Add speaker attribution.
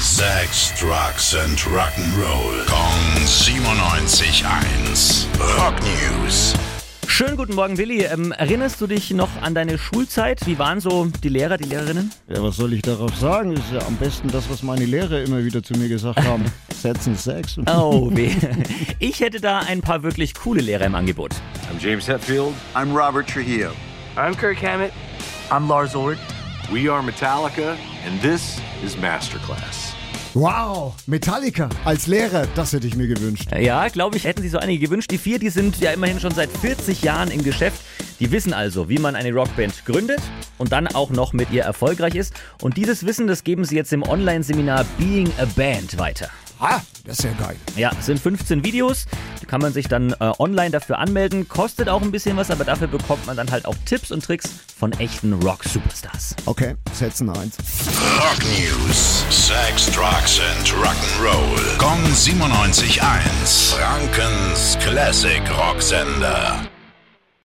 Speaker 1: Sex, Drugs and Rock'n'Roll. Kong 97.1. Rock News.
Speaker 2: Schönen guten Morgen, Willi. Ähm, erinnerst du dich noch an deine Schulzeit? Wie waren so die Lehrer, die Lehrerinnen?
Speaker 3: Ja, was soll ich darauf sagen? Ist ja am besten das, was meine Lehrer immer wieder zu mir gesagt haben. Setzen Sex. Und
Speaker 2: Oh, weh. Ich hätte da ein paar wirklich coole Lehrer im Angebot.
Speaker 4: I'm James Hetfield.
Speaker 5: I'm Robert Trujillo.
Speaker 6: I'm Kirk Hammett.
Speaker 5: I'm Lars Ulrich.
Speaker 4: We are Metallica, and this is Masterclass.
Speaker 3: Wow, Metallica als Lehrer, das hätte ich mir gewünscht.
Speaker 2: Ja, glaube ich, hätten sich so einige gewünscht. Die vier, die sind ja immerhin schon seit 40 Jahren im Geschäft. Die wissen also, wie man eine Rockband gründet und dann auch noch mit ihr erfolgreich ist. Und dieses Wissen, das geben sie jetzt im Online-Seminar Being a Band weiter.
Speaker 3: Ah, das ist ja geil.
Speaker 2: Ja, es sind 15 Videos. Da kann man sich dann äh, online dafür anmelden. Kostet auch ein bisschen was, aber dafür bekommt man dann halt auch Tipps und Tricks von echten Rock-Superstars.
Speaker 3: Okay, setzen eins.
Speaker 1: Rock News. Sex, Drugs and Rock'n'Roll. Kong 97.1. Frankens Classic Rocksender.